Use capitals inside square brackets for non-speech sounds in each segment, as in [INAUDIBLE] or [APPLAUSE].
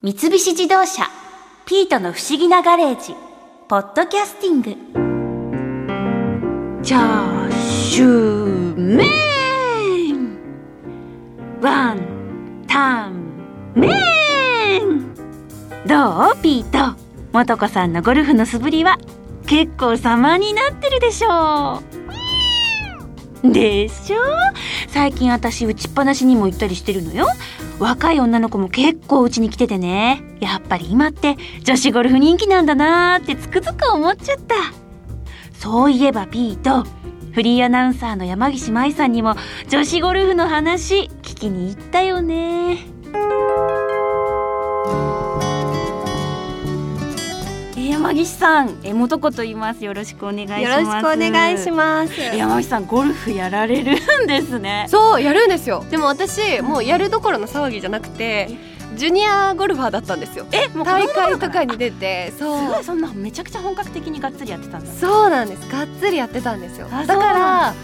三菱自動車「ピートの不思議なガレージ」ポッドキャスティングチャーシューメンワンタンメンどうピートもとこさんのゴルフの素振りは結構様になってるでしょうでしょ最近私打ちっぱなしにも行ったりしてるのよ若い女の子も結構うちに来ててねやっぱり今って女子ゴルフ人気なんだなーってつくづく思っちゃったそういえばピーとフリーアナウンサーの山岸舞さんにも女子ゴルフの話聞きに行ったよねえー山岸さん、えもとこと言います。よろしくお願いします。よろしくお願いします。 [LAUGHS] 山岸さんゴルフやられるんですねそうやるんですよ。でも私もうやるどころの騒ぎじゃなくて、ジュニアゴルファーだったんですよ。えもう大子供の頃会かとらかに出て、すそ。ごいうそんなめちゃくちゃ本格的にがっつりやってたんですそうなんです。がっつりやってたんですよ。あだかそうなら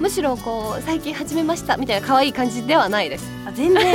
むしろこう最近始めましたみたいな可愛い感じではない [LAUGHS] です。あ全然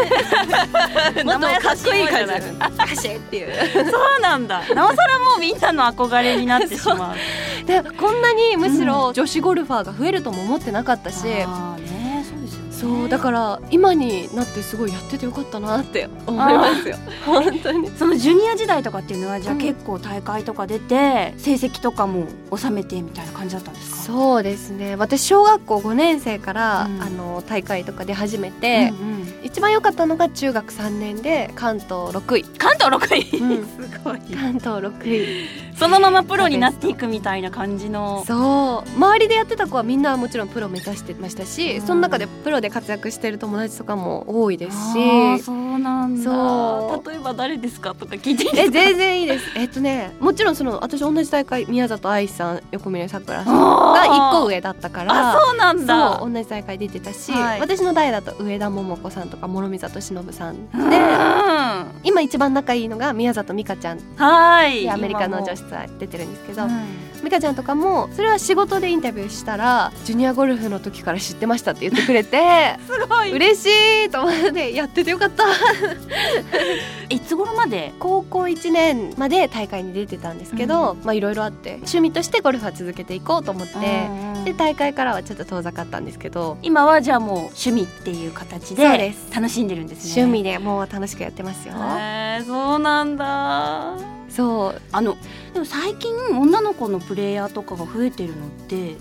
もっとかっこいい感じです。パシッってい [LAUGHS] う。そうなんだなおさらもうみんなの憧れになってしまう [LAUGHS] でこんなにむしろ女子ゴルファーが増えるとも思ってなかったし。あーねそうですよねそうだから今になってすごいやっててよかったなって思いますよ本当にそのジュニア時代とかっていうのはじゃあうん結構大会とか出て成績とかも収めてみたいな感じだったんですかそうですね私小学校5年生かうら、んあの大会とか出始めてう、んうん一番良かったのが中学3年で関東6位関東6位、うん [LAUGHS] すごい関東6位そのままプロになっていくみたいな感じのそう周りでやってた子はみんなもちろんプロ目指してましたし、うんその中でプロで活躍してる友達とかも多いですしあーそうなんだそう例えば誰ですかとか聞いていいですえか [LAUGHS] 全然いいです [LAUGHS] えっとねもちろんその私同じ大会宮里藍さん横峯さくらさんが1個上だったからあそうなんだそう同じ大会出てたし、はい私の代だと上田桃子さんとか諸見里忍さんで、うん今一番仲いいのが宮里美香ちゃんってはいいうアメリカの女子子ツアー出てるんですけど美香ちゃんとかもそれは仕事でインタビューしたらジュニアゴルフの時から知ってましたって言ってくれてすごい嬉しいと思ってやっててよかったいつ頃まで高校1年まで大会に出てたんですけど、まあいろいろあって趣味としてゴルフは続けていこうと思って、でで大会からはちょっと遠ざかったんですけど今はじゃあもう趣味っていう形そうでです楽しんでるんです趣ね味でもう楽しくやってますよ。へーそうなんだそうあのでも最近女の子のプレイヤーとかが増えてるのって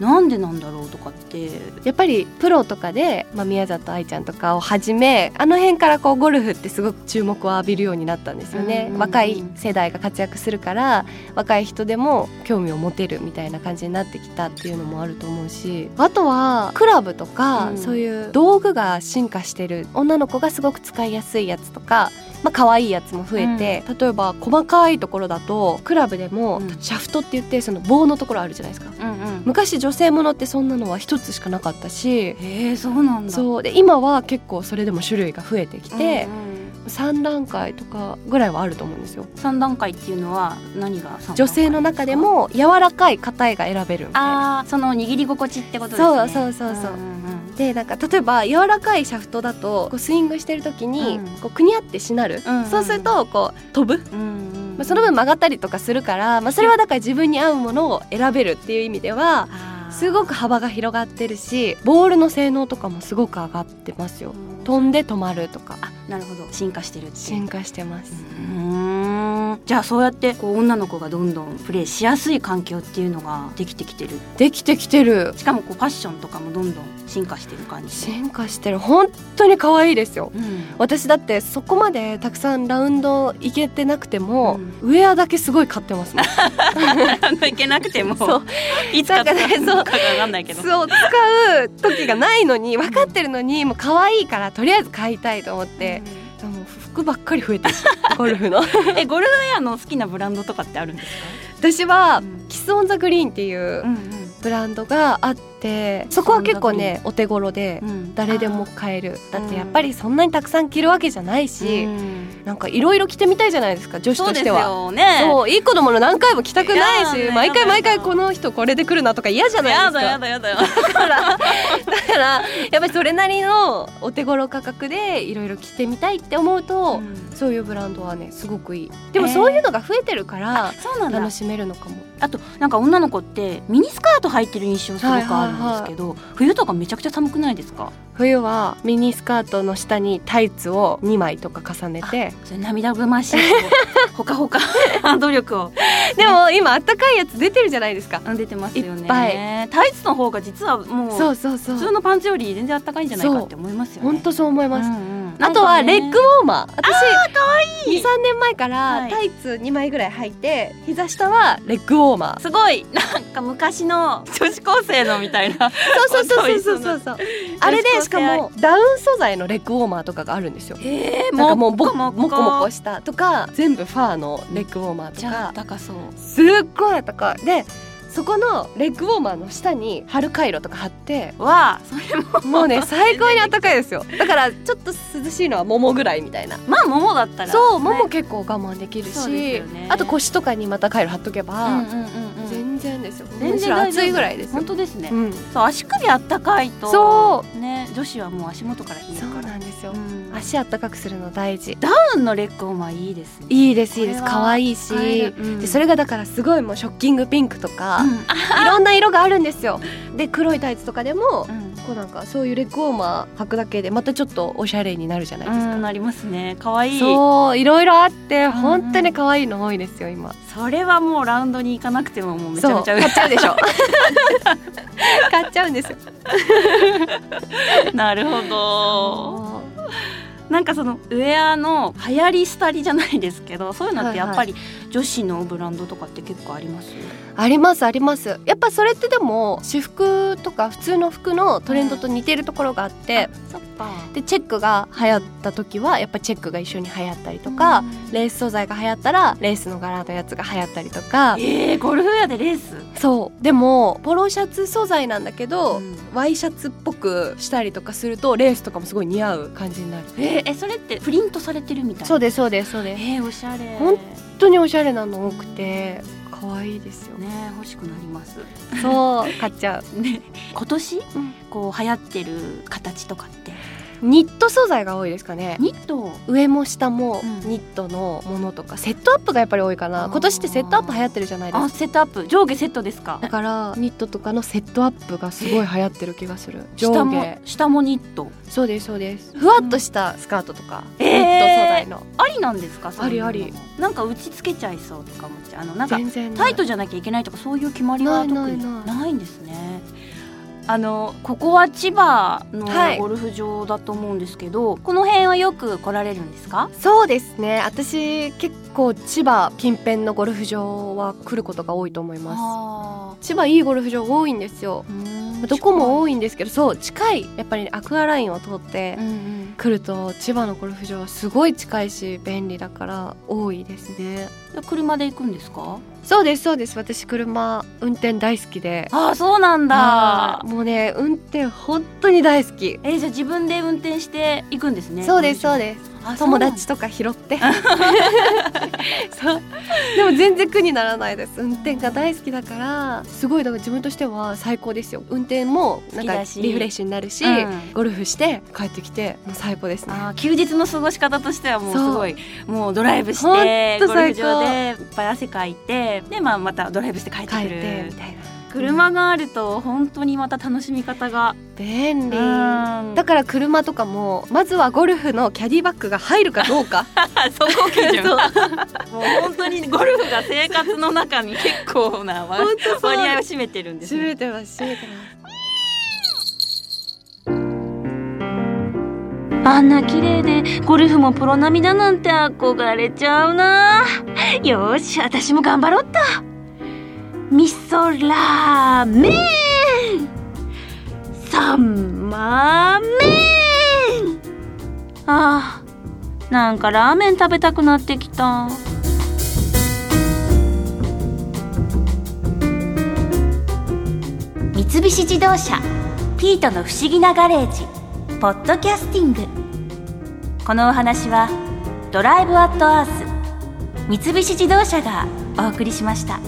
なんでなんだろうとかってやっぱりプロとかで、まあ、宮里藍ちゃんとかをはじめあの辺からこうゴルフってすごく注目を浴びるようになったんですようね、んうんうん若い世代が活躍するから若い人でも興味を持てるみたいな感じになってきたっていうのもあると思うしあとはクラブとか、うんそういう道具が進化してる女の子がすごく使いやすいやつとか。まあ可愛いやつも増えて、例えば細かいところだとクラブでも、うんシャフトって言ってその棒のところあるじゃないですかうんうん昔女性ものってそんなのは一つしかなかったしへえそうなんだそうで今は結構それでも種類が増えてきてう、んうん3段階とかぐらいはあると思うんですよ三段階っていうのは何が三段階女性の中でも柔らかい硬いが選べるみたいなああその握り心地ってことですねそうそうそうそうんんんでなんか例えば柔らかいシャフトだとこうスイングしてる時にうんこうくにゃってしなる、うんうんそうするとこう飛ぶ、うんうんまあ、その分曲がったりとかするから、まあ、それはだから自分に合うものを選べるっていう意味ではあーすごく幅が広がってるしボールの性能とかもすごく上がってますようん飛んで止まるとかあなるほど進化してるっていう進化してます、うーんじゃあそうやってこう女の子がどんどんプレイしやすい環境っていうのができてきてるできてきてるしかもこうファッションとかもどんどん進化してる感じ、進化してる本当に可愛いですようん [LAUGHS] 私だってそこまでたくさんラウンド行けてなくても、うウェアだけすごい買って [LAUGHS] ますもんいけなくてもそう [LAUGHS] いつか使うそのうかがわかんないけどそう使う時がないのに分かってるのにもう可愛いからとりあえず買いたいと思って、もう服ばっかり増えてる [LAUGHS] ゴルフの [LAUGHS] えゴルフウェアの好きなブランドとかってあるんです私はか、キス・オン・ザ・グリーンっていううんうんブランドがあってそこは結構ねお手頃でうん誰でも買えるあーだってやっぱりそんなにたくさん着るわけじゃないし、うんなんかいろいろ着てみたいじゃないですか女子そうとでしすては。よねそういい子のもの何回も着たくないいやーしね毎回毎や回だこの人これで来るなとか嫌じゃないやですかだやだやだよだからだからやっぱりそれなりのお手頃価格でいろいろ着てみたいって思うと、そういうブランドはねすごくいいでもえーそういうのが増えてるから、そうなんだ楽しめるのかもあとなんか女の子ってミニスカート履いてる印象すごくあるんですけど、冬とかめちゃくちゃ寒くないですか冬はミニスカートの下にタイツを2枚とか重ねてそれ涙ぐましい [LAUGHS] ほかほか [LAUGHS] 努力をでも今あったかいやつ出てるじゃないですか出てますよねいっぱタイツの方が実はもうそうそうそ普通うのパンツより全然あったかいんじゃないかって思いますよね本当そう思います、うんうんあとはレッグウォーマー私いい23年前からはいタイツ2枚ぐらい履いて膝下はレッグウォーマーすごいなんか昔の女子高生のみたいなそうそうそうそうそうそうあれでしかもダウン素材のレッグウォーマーとかがあるんですよえなんかもうもボこももここもこしたとか全部ファーのレッグウォーマーとじゃあか高そうすっごいあったかいでそこのレッグウォーマーの下に春回路とか貼ってわあそれもも [LAUGHS] うね最高にあったかい [LAUGHS] ですよだからちょっと涼しいのは桃ぐらいみたいなまあ桃だったらそねう桃結構我慢できるそうですしよねあと腰とかにまた回路貼っとけうばんうんうんうん全然ですよ全然むしろ大丈夫暑いぐらいですよ本当ですね、うんそう足首あったかいとそうね女子はもう足元から冷えそるかうらなんですようんダ足あったかくするの大事ウンのレッグウォーマーいいですねいいですいいですこれは可愛いし、うんでそれがだからすごいもうショッキングピンクとか、うんあいろんな色があるんですよで黒いタイツとかでも、うんこうなんかそういうレッグウォーマー履くだけでまたちょっとおしゃれになるじゃないですか、うんなりますね可愛いそういろいろあってん本当に可愛いの多いですよ今それはもうラウンドに行かなくてももうめちゃめちゃそう買っちゃうでしょ買っちゃうんですよ [LAUGHS] なるほどなんかそのウェアの流行り廃りじゃないですけどそういうのってやっぱり女子のブランドとかって結構あります、ありますありますやっぱそれってでも私服とか普通の服のトレンドと似てるところがあって、そっかでチェックが流行った時はやっぱチェックが一緒に流行ったりとか、レース素材が流行ったらレースの柄のやつが流行ったりとかえー、ゴルフウェアでレース、そうでもポロシャツ素材なんだけど、うんワイシャツっぽくしたりとかするとレースとかもすごい似合う感じになるえーえそれってプリントされてるみたいなそうですそうですそうですえー、おしゃれほん本当におしゃれなの多くて可愛いですよねね欲しくなりますそう買っちゃうね今年、んこう流行ってる形とかってニット素材が多いですかねニット上も下もうんニットのものとか、セットアップがやっぱり多いかあなー今年ってセットアップ流行ってるじゃないですあかセットアップ上下セットですかだからニットとかのセットアップがすごい流行ってる気がする上下下も下もニットそうですそうですふわっとしたスカートとか、えーニット素材のありなんですかそういうのもありありなんか打ちつけちゃいそうとか思っちゃうあのなんか全然ないタイトじゃなきゃいけないとかそういう決まりは特ないにないなないんですねあのここは千葉のはいゴルフ場だと思うんですけど、この辺はよく来られるんですかそうですね私結構千葉近辺のゴルフ場は来ることが多いと思いあます千葉いいゴルフ場多いんですよーどこも多いんですけどそう近いやっぱりね、アクアラインを通ってうんうん来ると千葉のゴルフ場はすごい近いし便利だから多いですねじゃあ車で行くんですかそうですそうです私車運転大好きでああそうなんだあもうね運転本当に大好きえーじゃあ自分で運転して行くんですねそうですそうですです友達とか拾って [LAUGHS] そうでも全然苦にならないです運転が大好きだからすごいだから自分としては最高ですよ運転も好なんきかだしリフレッシュになるしうんゴルフして帰ってきてもう最高ですねあー休日の過ごし方としてはもうすそうごいもうドライブしほんてとゴル最フ高場でいっぱい汗かいてで、まあ、またドライブして帰って帰くっるてみたいな車があると本当にまた楽しみ方が、便利うんだから車とかもまずはゴルフのキャディバッグが入るかどうかそこ基準そう [LAUGHS] もう本当 [LAUGHS] にゴルフが生活の中に結構なわ本当そう割合を占めてるんです閉ねめてます閉めてますあんな綺麗でゴルフもプロ並みだなんて憧れちゃうなよーし私も頑張ろうっと味噌ラーメンサンマーメンあーなんかラーメン食べたくなってきた三三菱自動車ピートの不思議なガレージポッドキャスティングこのお話はドライブアットアース三菱自動車がお送りしました。